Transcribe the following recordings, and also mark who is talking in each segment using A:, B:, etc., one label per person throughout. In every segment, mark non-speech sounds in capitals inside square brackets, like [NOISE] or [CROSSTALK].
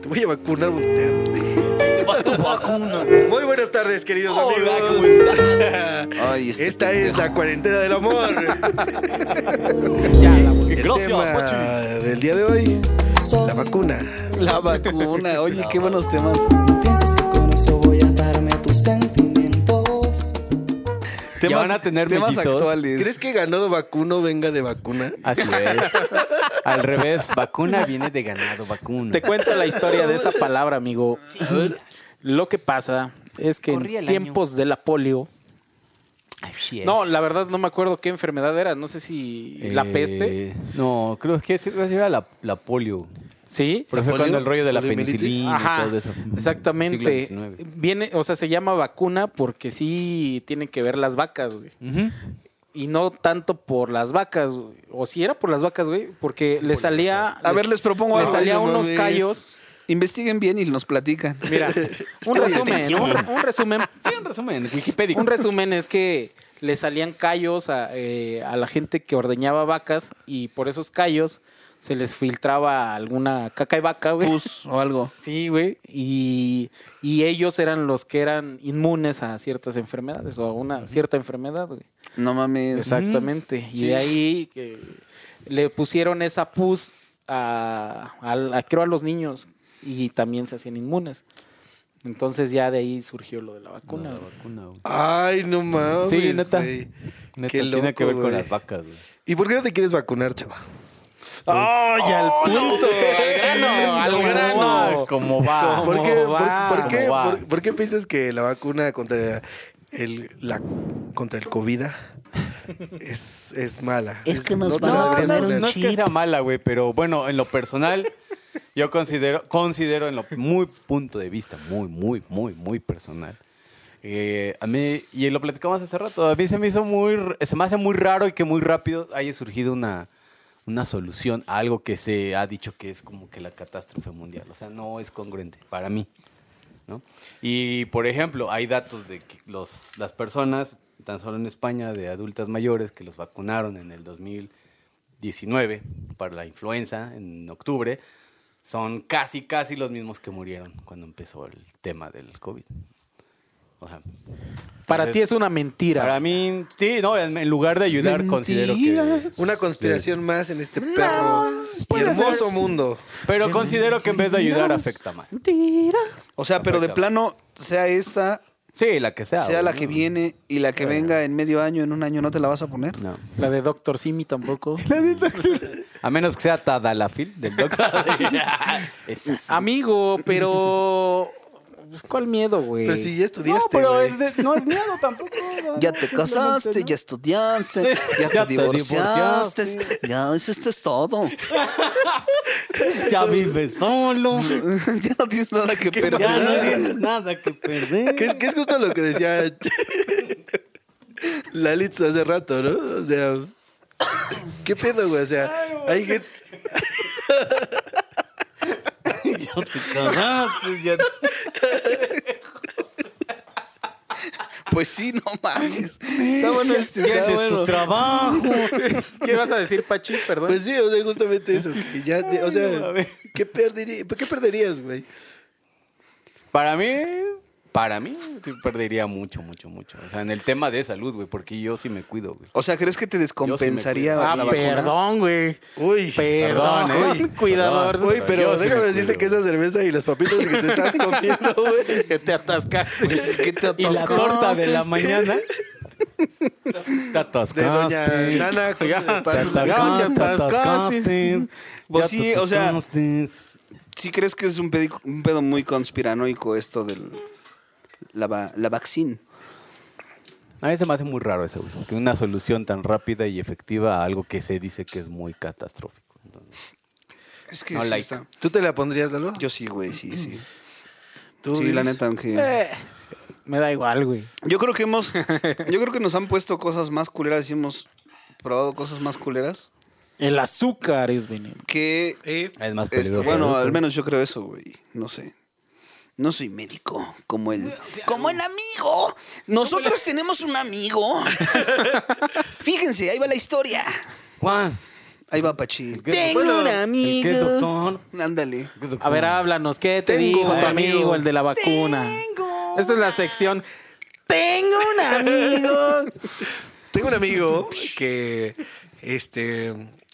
A: Te voy a vacunar volteate.
B: [LAUGHS]
A: Muy buenas tardes, queridos
C: Hola, ¿cómo
A: amigos.
D: Ay,
B: Eh,
D: este
A: Esta es
D: pendejo.
A: la cuarentena del
B: [LAUGHS]
A: amor. El
C: Gracias,
A: tema del día de hoy, la vacuna.
C: La vacuna. Oye, qué buenos temas.
E: Piensas que con eso voy a darme tus sentimientos.
C: Temas,
B: van a tener
C: temas
B: mellizos?
C: actuales.
A: ¿Crees que ganado vacuno venga de vacuna?
B: Así es. [LAUGHS] Al revés, vacuna viene de ganado, vacuna.
F: Te cuento la historia de esa palabra, amigo. Lo que pasa es que
B: Corría
F: en
B: el año.
F: tiempos de la polio.
B: Así es.
F: No, la verdad no me acuerdo qué enfermedad era. No sé si la
B: Eh,
F: peste.
B: No, creo que sí, creo que era la, la polio.
F: Sí.
B: Pero
A: polio?
B: fue cuando el rollo de la
A: ¿Poliomielitis?
B: penicilina y
F: Ajá,
B: todo eso. Mm,
F: exactamente.
B: siglo XIX.
F: Viene, o sea, se llama vacuna porque sí tienen que ver las vacas, güey.
B: Ujú.
F: Y no tanto por las vacas, güey. o si era por las vacas, güey, porque le salía.
C: A ver, les propongo
F: Le
C: algo.
F: salía
A: Ay, no
F: unos
A: mames.
F: callos.
C: Investiguen bien y nos platican.
F: Mira, un resumen, un, un resumen.
B: Sí, un resumen, Wikipedia.
F: Un resumen es que le salían callos a, eh, a la gente que ordeñaba vacas y por esos callos se les filtraba alguna caca de vaca,
B: Pues,
F: güey.
C: Pus o algo.
F: Sí, güey. Y, y ellos eran los que eran inmunes a ciertas enfermedades o a una cierta enfermedad, güey.
C: No mames.
F: Exactamente. Y de ahí que le pusieron esa pus a, al- a- creo a los niños y también se hacían inmunes. Entonces ya de ahí surgió lo de la vacuna. güey.
A: Ay, no mames.
B: Sí, neta.
A: güey.
B: Neta,
A: Qué
B: tiene que ver
A: loco,
B: con
A: güey.
B: las vacas, güey.
A: ¿Y por qué no te quieres vacunar, chava?
F: ¡Ay, al punto! ¡Al grano! ¡Al
B: ¿Cómo va?
F: grano!
B: ¿Cómo va?
A: ¿Por qué, por-
F: va?
A: por qué-
B: ¿Cómo va?
A: por- por qué piensas que la vacuna contra el, la, contra el COVID es, es mala?
E: Es que nos
A: te
E: van
A: la
E: a
B: No,
A: deberías
E: poner
B: no,
E: un
A: poner.
B: no es que
E: chip.
B: sea mala, güey, pero bueno, en lo personal, yo considero, considero en lo muy punto de vista, muy, muy, muy, muy personal. eh, a mí, y lo platicamos hace rato, a mí se me hizo muy, r- se me hace muy raro y que muy rápido haya surgido una, una solución a algo que se ha dicho que es como que la catástrofe mundial. O sea, no es congruente para mí. ¿no? Y por ejemplo, hay datos de que los, las personas, tan solo en España, de adultas mayores que los vacunaron en el 2019 para la influenza en octubre, son casi, casi los mismos que murieron cuando empezó el tema del COVID. O sea,
F: Para
B: entonces,
F: ti es una mentira.
B: Para mí, sí, no, en en lugar de ayudar, considero que.
A: Una conspiración más en este perro y
B: puede
A: hermoso
B: ser.
A: mundo.
B: Pero considero que en vez de ayudar, afecta más.
C: O sea, pero de plano, sea esta,
B: Sí, la que sea.
C: sea
B: güey,
C: la
B: ¿no?
C: que viene y la que venga en medio año, en un año, ¿no te la vas a poner?
B: No.
F: La de Doctor Simi tampoco.
B: A menos que sea Tadalafil del [LAUGHS] doctor. Ah, Esa sí.
F: Amigo, pero. pues, ¿Cuál miedo, güey?
A: Pero si ya estudiaste, güey.
B: no es miedo tampoco.
C: Ya
B: [LAUGHS]
C: te casaste, ya estudiaste, ya te
B: Ya te
C: divorciaste,
B: divorciaste.
C: ya hiciste todo. [LAUGHS]
B: Ya vives solo.
C: ya no tienes nada que
B: [LAUGHS] Ya no
C: perder.
B: tienes nada que perder.
A: Que es, que es justo lo que
B: [LAUGHS]
A: decía Lalitz hace rato, ¿no? O sea, ¿qué pedo, güey? O sea, hay gente...
B: Ya te cagaste, ya te-
C: Pues sí, no mames.
B: Pierdes tu trabajo.
F: [LAUGHS] ¿Qué vas a decir, Pachi? Perdón.
A: Pues sí, o sea, justamente eso. que ya, de- o sea, ¿qué, perderí- ¿qué perderías, güey?
B: Para mí, para mí, sí perdería mucho, mucho, mucho. O sea, en el tema de salud, güey, porque yo sí me cuido, güey.
C: O sea, ¿crees que te descompensaría
B: Yo
F: ah,
C: la vacuna?
F: perdón, güey.
A: Uy.
F: Perdón,
B: Perdón,
F: [LAUGHS] Cuidador.
B: eh. Perdón.
A: Uy,
B: Yo
A: pero
B: sí
A: déjame
B: me
A: decirte
B: cuido.
A: que esa cerveza y los papitos que te estás
B: [LAUGHS]
A: comiendo, güey.
F: [LAUGHS] Que te atascaste.
C: ¿Qué te
B: Y la
C: atascaste?
B: torta de la mañana. Te atascaste.
A: De doña Nana con el pan.
B: Te atascaste,
F: Ya te
B: te
F: atascaste.
B: atascaste.
C: Pues
B: Ya
C: sí,
B: te
C: o sea,
B: atascaste.
C: ¿Sí crees que es un, pedico- un pedo muy conspiranoico esto del la, va- la vaccine?
B: A mí se me hace muy raro eso, güey, que una solución tan rápida y efectiva a algo que se dice que es muy catastrófico. Entonces,
C: Es que
B: No,
C: sí
B: like.
C: está-
A: ¿Tú te la pondrías, Lalo?
C: Yo sí, güey, sí, sí.
A: ¿Tú,
C: Sí, la
A: Luis?
C: neta, aunque.
F: [LAUGHS] Eh, me da igual, güey.
C: Yo creo que [LAUGHS] hemos. Yo creo que nos han puesto cosas más culeras y hemos probado cosas más culeras.
F: El azúcar es veneno.
C: Que.
A: Eh,
B: es más
C: este,
B: peligroso.
C: bueno,
B: ¿no?
C: al menos yo creo eso, güey. No sé. No soy médico, como el. ¡Como el amigo! Nosotros [LAUGHS] tenemos un amigo. Fíjense, ahí va la historia.
B: Juan,
C: Ahí va Pachi.
B: ¿Qué- bueno, ¿Qué doctor?
C: Ándale.
B: ¿Qué doctor?
F: A ver, háblanos. ¿Qué te
C: Tengo
F: dijo
C: un
F: tu amigo, el de la vacuna? Esta es la sección. Tengo un amigo.
C: [LAUGHS]
A: Tengo un amigo que este,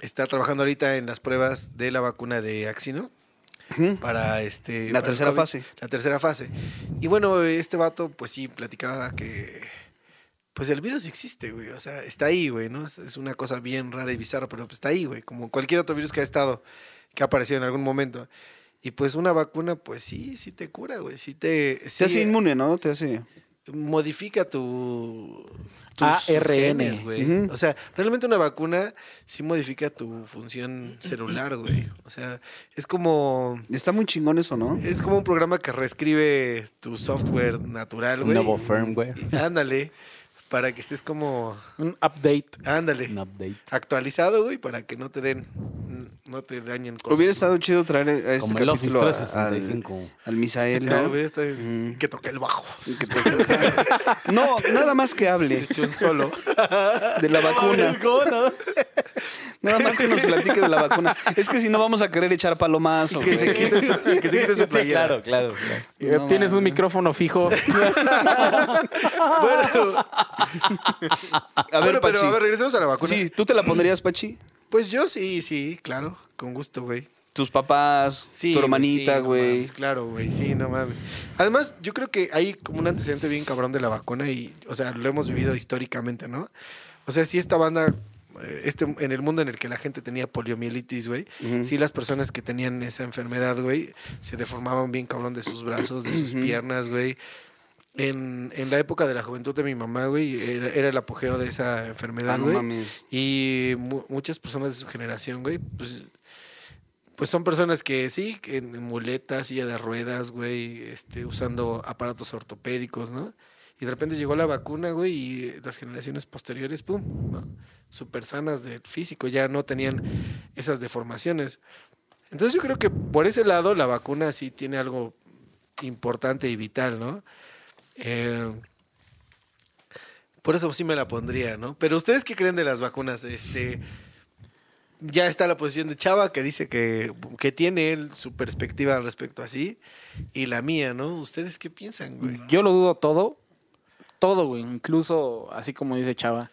A: está trabajando ahorita en las pruebas de la vacuna de Axino. Para este. para
C: La
A: el
C: tercera
A: COVID,
C: fase.
A: La tercera fase. Y bueno, este vato, pues sí, platicaba que. Pues el virus existe, güey. O sea, está ahí, güey, ¿no? Es, es una cosa bien rara y bizarra, pero pues está ahí, güey. Como cualquier otro virus que ha estado, que ha aparecido en algún momento. Y pues una vacuna, pues sí, sí te cura, güey. Sí te. sí, eh,
C: Te hace inmune, ¿no? Te hace.
A: modifica tu tus
F: ARN.
A: genes, güey.
C: Ujú.
A: O sea, realmente una vacuna sí modifica tu función celular, güey. O sea, es como
C: Está muy chingón eso, ¿no?
A: es como un programa que reescribe tu software natural,
B: Un
A: güey.
B: nuevo firmware.
A: Ándale, para que estés como
F: [LAUGHS] Un update.
A: ándale,
B: Un update.
A: actualizado, güey, para que no te den no te dañen cosas.
C: Hubiera estado chido traer a este
B: Como el Office
C: capítulo a-
B: 365.
C: al, al Misael,
A: Ah,
C: ¿no?
A: güey, está- que toque el bajo.
C: Que te- no, nada más
A: [LAUGHS]
C: que hable
A: Eche un solo.
C: de la vacuna.
F: [LAUGHS]
C: Nada más que nos platique de la vacuna. Es que si no vamos a querer echar palomazo.
A: que se
C: güey.
A: quite su, que se quite su playera.
B: Claro, claro, claro.
C: No,
F: Eh, Tienes un
C: mames. [LAUGHS]
F: micrófono fijo.
A: Bueno,
C: A ver,
A: bueno, pero
C: Pachi.
A: a ver, regresemos a la vacuna.
C: sí, ¿tú te la pondrías, Pachi?
A: Pues yo sí, sí, claro, con gusto, güey.
C: Tus papás,
A: Sí,
C: tu
A: güey,
C: hermanita,
A: sí, no
C: güey.
A: mames, claro, güey, sí, no mames. Además, yo creo que hay como un antecedente bien cabrón de la vacuna y, o sea, lo hemos vivido históricamente, ¿no? O sea, si esta banda, eh, este, en el mundo en el que la gente tenía poliomielitis, güey, sí las personas que tenían esa enfermedad, güey, se deformaban bien cabrón de sus brazos, de sus piernas, güey. En, en la época de la juventud de mi mamá, güey, era, era el apogeo de esa enfermedad,
C: Ah, no
A: güey.
C: mames.
A: y mu- muchas personas de su generación, güey, pues pues son personas que sí, que en muletas, silla de ruedas, güey, este, usando aparatos ortopédicos, ¿no? Y de repente llegó la vacuna, güey, y las generaciones posteriores, pum, ¿no? Súper sanas del físico, ya no tenían esas deformaciones. Entonces yo creo que por ese lado la vacuna sí tiene algo importante y vital, ¿no? Eh, por eso sí me la pondría, ¿no? Pero ustedes qué creen de las vacunas, este ya está la posición de Chava que dice que, que tiene él su perspectiva al respecto así y la mía, ¿no? ¿Ustedes qué piensan, güey?
F: Yo lo dudo todo. Todo, güey. Incluso, así como dice Chava.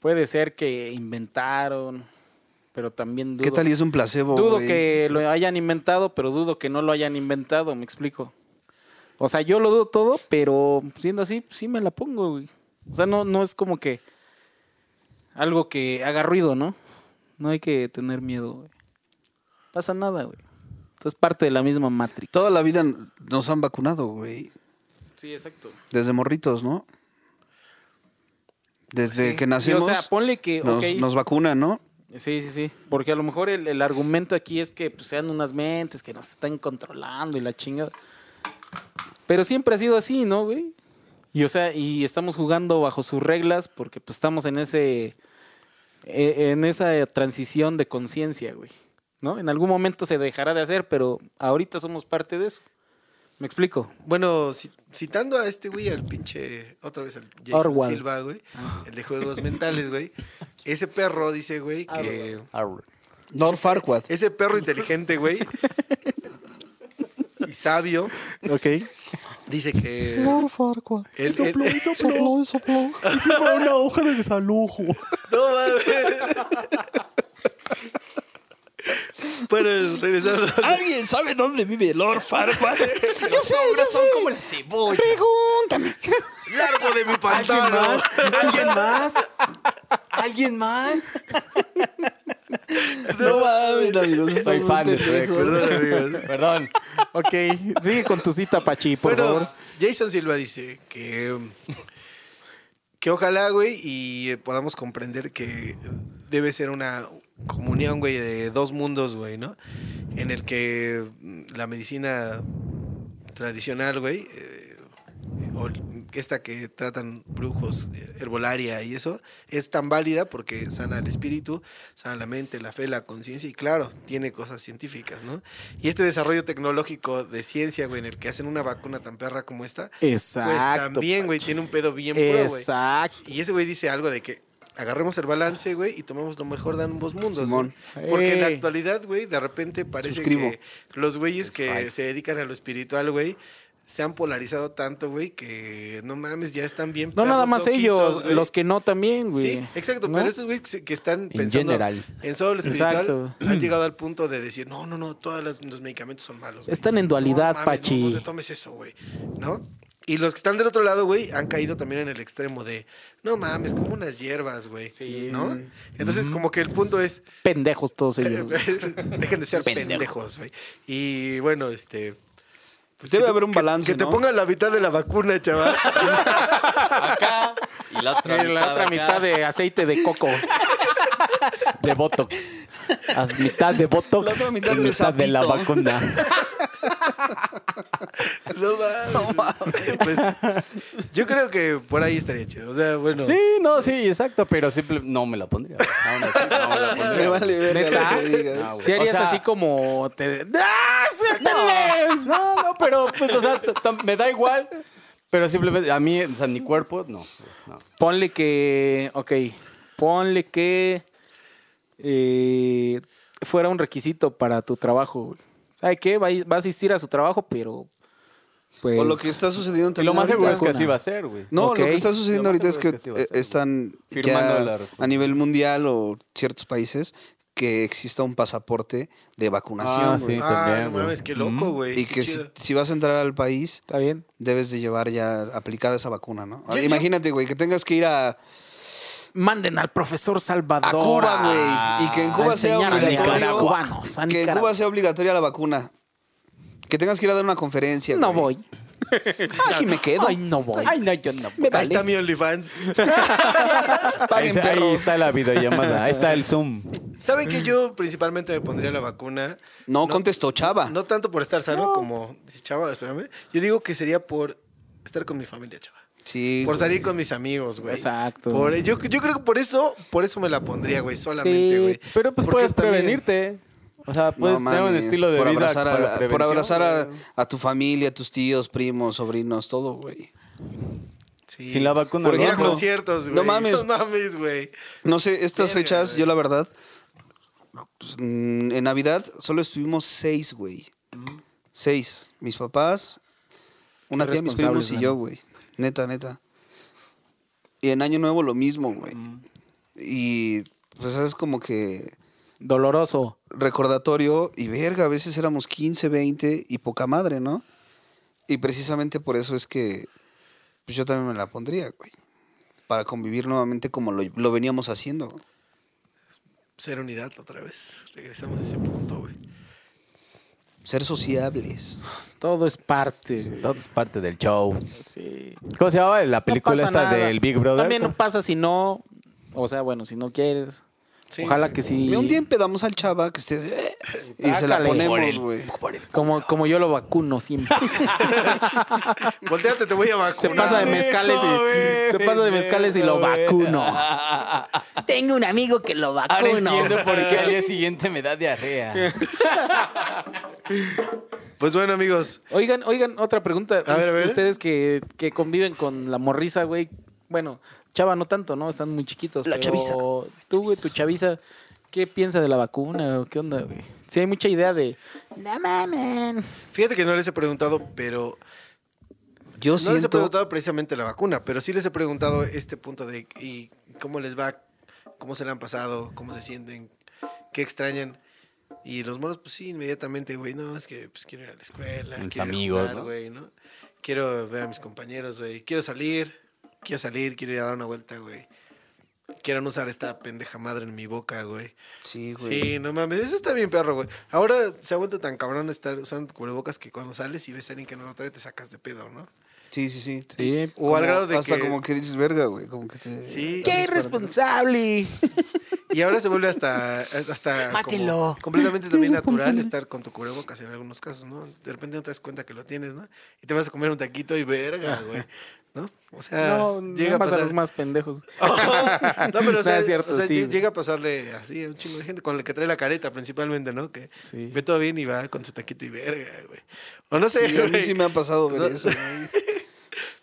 F: Puede ser que inventaron. Pero también dudo.
C: ¿Qué tal y es un placebo,
F: Dudo
C: güey?
F: que lo hayan inventado, pero dudo que no lo hayan inventado, me explico. O sea, yo lo dudo todo, pero siendo así, sí me la pongo, güey. O sea, no, no es como que algo que haga ruido, ¿no? No hay que tener miedo, güey. Pasa nada, güey. Esto es parte de la misma Matrix.
C: Toda la vida nos han vacunado, güey.
F: Sí, exacto.
C: Desde morritos, ¿no? Desde
A: Sí.
C: que
F: Sí,
C: nacimos
F: o sea,
B: pues,
F: ponle que,
C: nos,
F: ok,
C: nos vacunan, ¿no?
F: Sí, sí, sí. Porque a lo mejor el, el argumento aquí es que pues, sean unas mentes que nos están controlando y la chingada. Pero siempre ha sido así, ¿no, güey? Y o sea, y estamos jugando bajo sus reglas porque pues estamos en ese e- en esa transición de conciencia, güey. ¿No? En algún momento se dejará de hacer, pero ahorita somos parte de eso. ¿Me explico?
A: Bueno, ci- citando a este güey, al pinche, otra vez al Jason
F: Orwell.
A: Silva, güey, el de juegos mentales, güey, ese perro dice, güey, que...
B: Arr.
C: Lord Farquaad.
A: Ese perro inteligente, güey, y sabio,
F: Ok.
A: dice que... Él- él-
B: sopló, sopló. una hoja de desalojo.
A: No mames. Bueno, regresando.
C: [LAUGHS] ¿Alguien sabe dónde vive Lord
B: [LAUGHS]
C: Farquaad?
B: Los hombres son como la cebolla.
A: Largo de mi pantano.
B: ¿Alguien más? ¿Alguien más?
C: No mames, amigos.
B: Soy fan de Shrek.
A: Perdón, amigos.
B: Perdón.
F: Ok. Sigue con tu cita, Pachi, por
A: bueno,
F: favor.
A: Jason Silva dice que. Que ojalá, güey, y eh, podamos comprender que debe ser una comunión, güey, de dos mundos, güey, ¿no? En el que mm, la medicina tradicional, güey, eh, o esta que tratan brujos, eh, herbolaria y eso, es tan válida porque sana el espíritu, sana la mente, la fe, la conciencia y claro, tiene cosas científicas, ¿no? Y este desarrollo tecnológico de ciencia, güey, en el que hacen una vacuna tan perra como esta,
F: Exacto.
A: pues también, güey, tiene un pedo bien puro, güey.
F: Exacto.
A: Y ese güey dice algo de que agarremos el balance, güey, y tomemos lo mejor de ambos mundos.
C: Simón.
A: güey. Porque en la
F: Ey.
A: actualidad, güey, de repente parece
C: Suscribo.
A: que los güeyes que se dedican a lo espiritual, güey, se han polarizado tanto, güey, que no mames, ya están bien.
F: No nada
A: perros
F: más
A: loquitos,
F: ellos,
A: güey.
F: los que no también, güey.
A: Sí, exacto,
F: ¿No?
A: pero estos güeyes que se- que están pensando
B: general.
A: en solo lo espiritual
F: Exacto.
A: han llegado al punto de decir, no, no, no, todos los, los medicamentos son malos. güey.
F: Están en dualidad,
A: no, mames,
F: Pachi.
A: No, no te tomes eso, güey, ¿no? Y los que están del otro lado, güey, han caído también en el extremo de, no mames, como unas hierbas, güey, ¿no? Entonces, como que el punto es,
F: Pendejos todos ellos. güey.
A: [LAUGHS] dejen de ser pendejos, güey. Y bueno, este... pues que
C: Debe
A: te-
C: haber un
A: que-
C: balance,
A: Que te
C: ¿no?
A: pongan la mitad de la vacuna, chaval. [LAUGHS]
D: Acá y la otra mitad.
F: Eh, La otra
D: acá.
F: mitad de aceite
C: [LAUGHS]
F: de coco.
B: De Botox. A mitad de Botox.
C: La otra mitad
B: y
C: de
B: de la
C: sapito.
B: vacuna.
C: [LAUGHS]
A: No mames. Pues, yo creo que por ahí estaría chido. O sea, bueno.
B: Sí, no, sí, exacto, pero simple no me la pondría. Aún así, no me la pondría.
C: Me vale verga
F: ¿Neta?
C: lo que digas.
B: güey.
F: Si harías
B: O sea-
F: así como te. ¡Ah, suéltale!
B: No, no, pero pues, o sea, t- t- me da igual. Pero simplemente, a mí, o sea, mi cuerpo, no. no.
F: Ponle que. Ok. Ponle que. eh, fuera un requisito para tu trabajo, güey. ¿Sabe qué? Va a, va a asistir a su trabajo, pero. Pues.
C: O lo que está sucediendo
B: Y lo
C: también
B: más seguro es
C: ahorita.
B: que así va a ser, güey.
C: No,
F: Ok.
C: lo que está sucediendo
B: Lo más
C: ahorita es
B: seguro
C: que
B: es que sí va a
C: eh,
B: ser, güey.
C: están
B: Firmando
C: ya
B: la
C: a
B: resolución.
C: nivel mundial o ciertos países que exista un pasaporte de vacunación.
B: Ah,
C: güey.
B: sí.
A: ah,
B: también,
A: no
B: güey.
A: mames, qué loco, güey.
C: Y
A: qué
C: que si,
A: chido.
C: si vas a entrar al país,
F: ¿Está bien?
C: debes de llevar ya aplicada esa vacuna, ¿no?
A: Yo- yo-
C: Imagínate, güey, que tengas que ir a, a
F: Manden al profesor Salvador.
C: Cuba,
F: a-
C: güey, y que en Cuba
F: a
C: sea
F: enseñar a
C: obligatorio.
F: nicaragüanos, a
C: Que en Cuba
F: Nicaragua.
C: sea obligatoria la vacuna. Que tengas que ir a dar una conferencia.
F: No
C: güey.
F: voy.
C: Ah, Aquí me quedo.
F: Ay, no voy.
B: Ay, no, yo no.
C: Me
A: Ahí
C: vale.
A: está mi OnlyFans.
B: Ahí,
C: Paguen,
B: está- ahí
C: perros.
B: está la videollamada, ahí está el Zoom.
A: ¿Saben que yo principalmente me pondría la vacuna?
C: Mm. No contestó Chava.
A: No tanto por estar sano como dice Chava, espérame. Yo digo que sería por estar con mi familia, Chava.
C: Sí.
A: Por
C: güey.
A: salir con mis amigos, güey.
F: Exacto.
A: Por- yo, yo creo que por eso, por eso me la pondría, güey, solamente, güey.
B: Sí, [LAUGHS] pero pues
A: Porque
B: puedes
A: también-
B: prevenirte. O sea,
C: No
B: puedes tener pues, un
C: mames,
B: estilo de
C: por
B: vida
C: abrazar
B: para
C: a, por
B: prevención,
C: abrazar a,
B: güey.
C: a tu familia, a tus tíos, primos, sobrinos, todo, güey.
A: Sí.
B: Sin la vacuna,
A: Por ir a
C: loco.
A: conciertos, güey. [LAUGHS]
C: No mames.
A: No mames, güey.
C: No sé, estas
A: Verga,
C: fechas,
A: güey.
C: yo la verdad, pues, mm, en Navidad solo estuvimos seis, güey.
A: Mm.
C: Seis. Mis papás, una
F: Qué
C: tía, mis
F: responsables,
C: primos y yo, güey. Neta, neta. Y en Año Nuevo lo mismo, güey.
A: Mm.
C: Y pues es como que
F: Doloroso.
C: recordatorio y verga, a veces éramos 15, 20 y poca madre, ¿no? Y precisamente por eso es que pues, yo también me la pondría, güey. Para convivir nuevamente como lo, lo veníamos haciendo.
A: Ser unidad otra vez. Regresamos a ese punto, güey.
C: Ser sociables.
F: Todo es parte.
B: Todo es parte del show.
F: Sí.
B: ¿Cómo se llamaba la película
F: No pasa
B: esta
F: nada.
B: del Big Brother?
F: También no pasa si no. O sea, bueno, si no quieres.
A: Sí,
F: Ojalá
A: sí.
F: que sí.
C: Un día empedamos al chava que esté... Y se la
F: Tácale.
C: ponemos, güey.
F: Como, como yo lo vacuno siempre.
A: Volteate, te voy a
F: Se
A: vacunar.
F: pasa de mezcales y. Se pasa de mezcales y lo
B: [LAUGHS]
F: vacuno.
E: Tengo un amigo que lo
B: Ahora entiendo por qué [LAUGHS] al día siguiente me da diarrea.
A: Pues bueno, amigos.
F: Oigan, oigan, otra pregunta.
A: A ver, a ver.
F: Ustedes que, que conviven con la morriza, güey. Bueno, chava no tanto, ¿no? Están muy chiquitos.
C: La
F: pero
C: chaviza.
F: Tú, güey, tu chaviza, ¿qué piensa de la vacuna? o ¿Qué onda, güey? Sí, hay mucha idea de. No mamen.
A: Fíjate que no les he preguntado, pero.
C: Yo
A: No les he
C: siento...
A: preguntado precisamente la vacuna, pero sí les he preguntado este punto de y cómo les va, cómo se la han pasado, cómo se sienten, qué extrañan. Y los monos, pues sí, inmediatamente, güey, no, es que pues, quiero ir a la escuela, quiero
B: Mis
A: ir a
B: amigos,
A: jugar,
B: ¿no?
A: güey, ¿no? Quiero ver a mis compañeros, güey, quiero salir, quiero salir, quiero ir a dar una vuelta, güey. Quiero no usar esta pendeja madre en mi boca, güey.
C: Sí, güey.
A: Sí, no mames, eso está bien perro, güey. Ahora se ha vuelto tan cabrón estar usando cubrebocas que cuando sales y ves a alguien que no lo trae te sacas de pedo, ¿no?
C: Sí, sí, sí.
F: Sí.
A: O al
C: Como-
A: grado de
C: hasta
A: que...
C: como que dices, verga, güey. Como que te...
A: Sí.
F: ¡Qué irresponsable!
A: Y ahora se vuelve hasta... eh, hasta como completamente
C: [LAUGHS]
A: también natural estar con tu cubrebocas en algunos casos, ¿no? De repente no te das cuenta que lo tienes, ¿no? Y te vas a comer un taquito y verga, güey. ¿No? O sea,
F: No,
A: Ah, llega
F: no
A: a
F: más a
A: pasar... Ah,
F: los más pendejos.
A: [LAUGHS] no, pero o
F: No,
A: sea,
F: es cierto,
A: o sea,
F: sí,
A: lle-
F: güey.
A: llega a pasarle así a un chingo de gente con el que trae la careta principalmente, ¿no? Que
F: Sí.
A: ve todo bien y va con su taquito y verga, güey. O no sé,
C: Sí, a mí
A: güey.
C: sí me ha pasado ver
A: No-
C: eso, güey.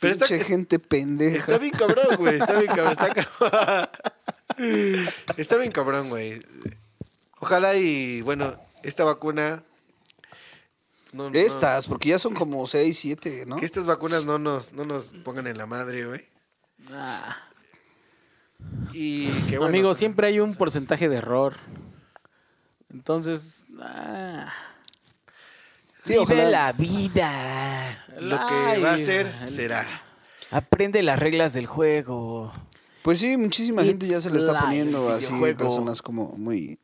A: Pero está-
C: Pinche gente pendeja.
A: Está bien cabrón, güey. Está bien cabrón. Está cabrón. [LAUGHS] Está bien cabrón, güey. Ojalá y, bueno, esta vacuna... no- no-
C: Estas, porque ya son como 6, 7, ¿no?
A: Que estas vacunas no nos, no nos pongan en la madre, güey.
F: Ah,
A: Y que bueno.
F: Amigo, siempre hay un porcentaje de error. Entonces, ah,
C: Sí, ojalá.
B: vida.
A: Lo que va a
F: Ay,
A: ser,
F: el-
A: será.
B: Aprende las reglas del juego.
C: Pues sí, muchísima gente ya se le
B: It's
C: está
B: life,
C: poniendo así
B: videojuego.
C: personas como muy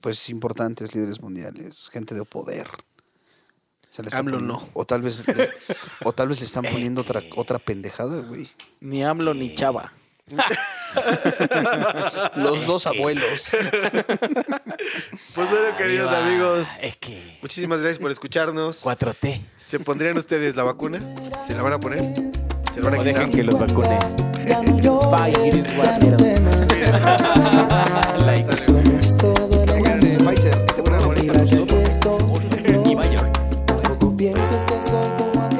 C: pues importantes, líderes mundiales, gente de poder. Se le está
A: AMLO
C: poniendo-
A: no.
C: O tal vez le, o tal vez
B: [LAUGHS]
C: le están poniendo otra otra pendejada, güey.
F: ni AMLO ni Chava.
C: Los dos abuelos.
A: Pues bueno, queridos
B: Viva.
A: amigos.
B: Es que
A: Muchísimas gracias por escucharnos.
B: 4T.
A: ¿Se pondrían ustedes la vacuna? ¿Se la van a poner? ¿Se la van a
B: O
A: quitar?
B: dejen que los vacune.
E: Ya no llores,
F: Bye,
E: ya
F: Iris
E: no
F: Guarneros.
B: [LAUGHS]
E: temas. Eso no es todo el amor.
C: Pónganse, Pfizer, este programa es para
E: Olvídate
C: nosotros.
E: que esto-
B: Y vaya.
E: Tampoco pienses que soy como aquel